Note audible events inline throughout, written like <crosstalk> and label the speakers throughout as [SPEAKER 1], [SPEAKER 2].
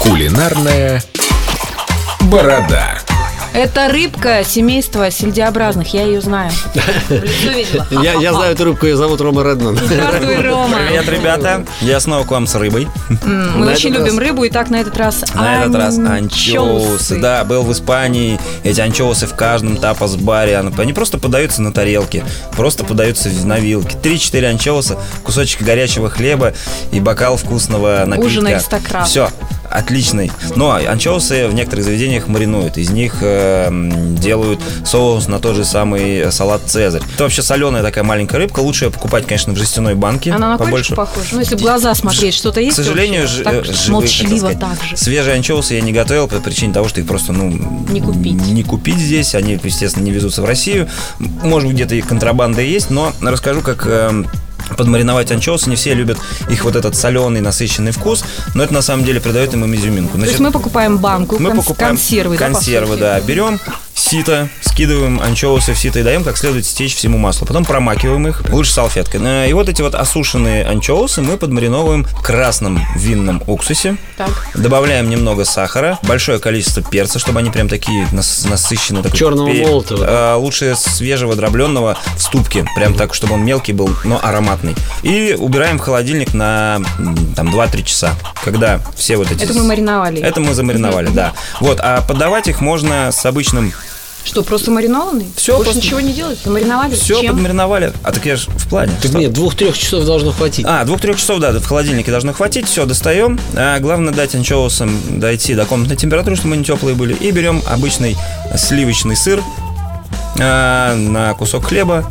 [SPEAKER 1] Кулинарная борода.
[SPEAKER 2] Это рыбка семейства сельдеобразных, я ее знаю. В лицо видела.
[SPEAKER 3] Я, я знаю эту рыбку, ее зовут Рома Редман.
[SPEAKER 2] Здравствуй, Рома.
[SPEAKER 4] Привет, ребята! Я снова к вам с рыбой. <laughs>
[SPEAKER 2] М, Мы
[SPEAKER 3] На
[SPEAKER 2] очень
[SPEAKER 3] этот раз-
[SPEAKER 2] любим рыбу, и так на этот раз
[SPEAKER 4] На этот раз анчоусы. Да, был в Испании. Эти анчоусы в каждом тапас-баре. Оно- Они просто подаются на тарелке, просто подаются в- на вилке. 3-4 анчоуса, кусочек горячего хлеба и бокал вкусного напитка.
[SPEAKER 2] Ужин аристократа.
[SPEAKER 4] Все, отличный. Но анчоусы в некоторых заведениях маринуют. Из них э, м, делают соус на тот же самый салат «Цезарь». Это вообще соленая такая маленькая рыбка. Лучше ее покупать, конечно, в жестяной банке.
[SPEAKER 2] Она на
[SPEAKER 4] побольше.
[SPEAKER 2] корочку похожа? Ну, если в глаза смотреть, что-то есть?
[SPEAKER 4] К сожалению,
[SPEAKER 2] вообще?
[SPEAKER 4] ж-
[SPEAKER 2] Так
[SPEAKER 4] э,
[SPEAKER 2] же
[SPEAKER 4] живые,
[SPEAKER 2] молчаливо
[SPEAKER 4] хотел сказать.
[SPEAKER 2] так же.
[SPEAKER 4] Свежие анчоусы я не готовил по причине того, что их просто ну,
[SPEAKER 2] Не купить.
[SPEAKER 4] не купить здесь. Они, естественно, не везутся в Россию. М, Может, быть, где-то и контрабанда есть, но расскажу, как эм, подмариновать анчоусы. Не все любят их вот этот соленый, насыщенный вкус, но это на самом деле придает им им изюминку.
[SPEAKER 2] То
[SPEAKER 4] Значит,
[SPEAKER 2] есть мы покупаем банку,
[SPEAKER 4] мы
[SPEAKER 2] конс-
[SPEAKER 4] Ну, покупаем
[SPEAKER 2] консервы, да, по
[SPEAKER 4] консервы,
[SPEAKER 2] сути?
[SPEAKER 4] да, берем сито, скидываем анчоусы в сито и даем как следует стечь всему маслу. Потом промакиваем их, лучше салфеткой. Э, И вот эти вот осушенные анчоусы мы подмариновываем в красном винном уксусе.
[SPEAKER 2] Так.
[SPEAKER 4] Добавляем немного сахара, большое количество перца, чтобы они прям такие нас- насыщенные. такой
[SPEAKER 3] Черного молотого,
[SPEAKER 4] э, лучше свежего дробленного в ступке, прям так, чтобы он мелкий был, но ароматный. И убираем в холодильник на м, там 2-3 часа, когда все вот эти...
[SPEAKER 2] Это мы мариновали.
[SPEAKER 4] Это мы замариновали, да. Вот, а подавать их можно с обычным...
[SPEAKER 2] Что, просто маринованный?
[SPEAKER 4] Всё,
[SPEAKER 2] Больше
[SPEAKER 4] просто-
[SPEAKER 2] ничего не делать? Замариновали?
[SPEAKER 4] Все
[SPEAKER 2] Чем?
[SPEAKER 4] подмариновали. А так я же в плане.
[SPEAKER 3] Так
[SPEAKER 4] Что?
[SPEAKER 3] нет, двух-трех часов должно хватить.
[SPEAKER 4] А, двух-трех часов, да, в холодильнике должно хватить. Все, достаем. А, главное дать анчоусам дойти до комнатной температуры, чтобы они теплые были. И берем обычный сливочный сыр а, на кусок хлеба.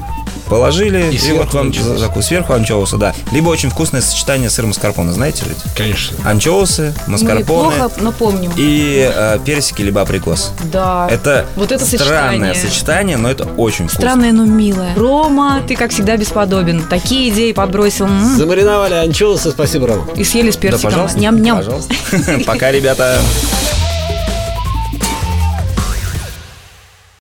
[SPEAKER 4] Положили,
[SPEAKER 3] И
[SPEAKER 4] и,
[SPEAKER 3] сверху
[SPEAKER 4] вот вам
[SPEAKER 3] анчоусы.
[SPEAKER 4] закус. Сверху анчоусы, да. Либо очень вкусное сочетание сыр маскарпоне, знаете ведь?
[SPEAKER 1] Конечно.
[SPEAKER 4] Анчоусы,
[SPEAKER 2] Мы
[SPEAKER 4] маскарпоне
[SPEAKER 2] плохо, но помним.
[SPEAKER 4] и э, персики, либо абрикос.
[SPEAKER 2] Да.
[SPEAKER 4] Это,
[SPEAKER 2] А, Вот это сочетание.
[SPEAKER 4] странное сочетание, но это очень вкусно.
[SPEAKER 2] Странное, но милое. Рома, ты, как всегда, бесподобен. Такие идеи подбросил. М.
[SPEAKER 3] Замариновали анчоусы, спасибо, Рома.
[SPEAKER 2] И съели с
[SPEAKER 4] Да,
[SPEAKER 2] персиком.
[SPEAKER 4] пожалуйста. <laughs>
[SPEAKER 2] Ням-ням.
[SPEAKER 4] Пожалуйста. Пока, ребята.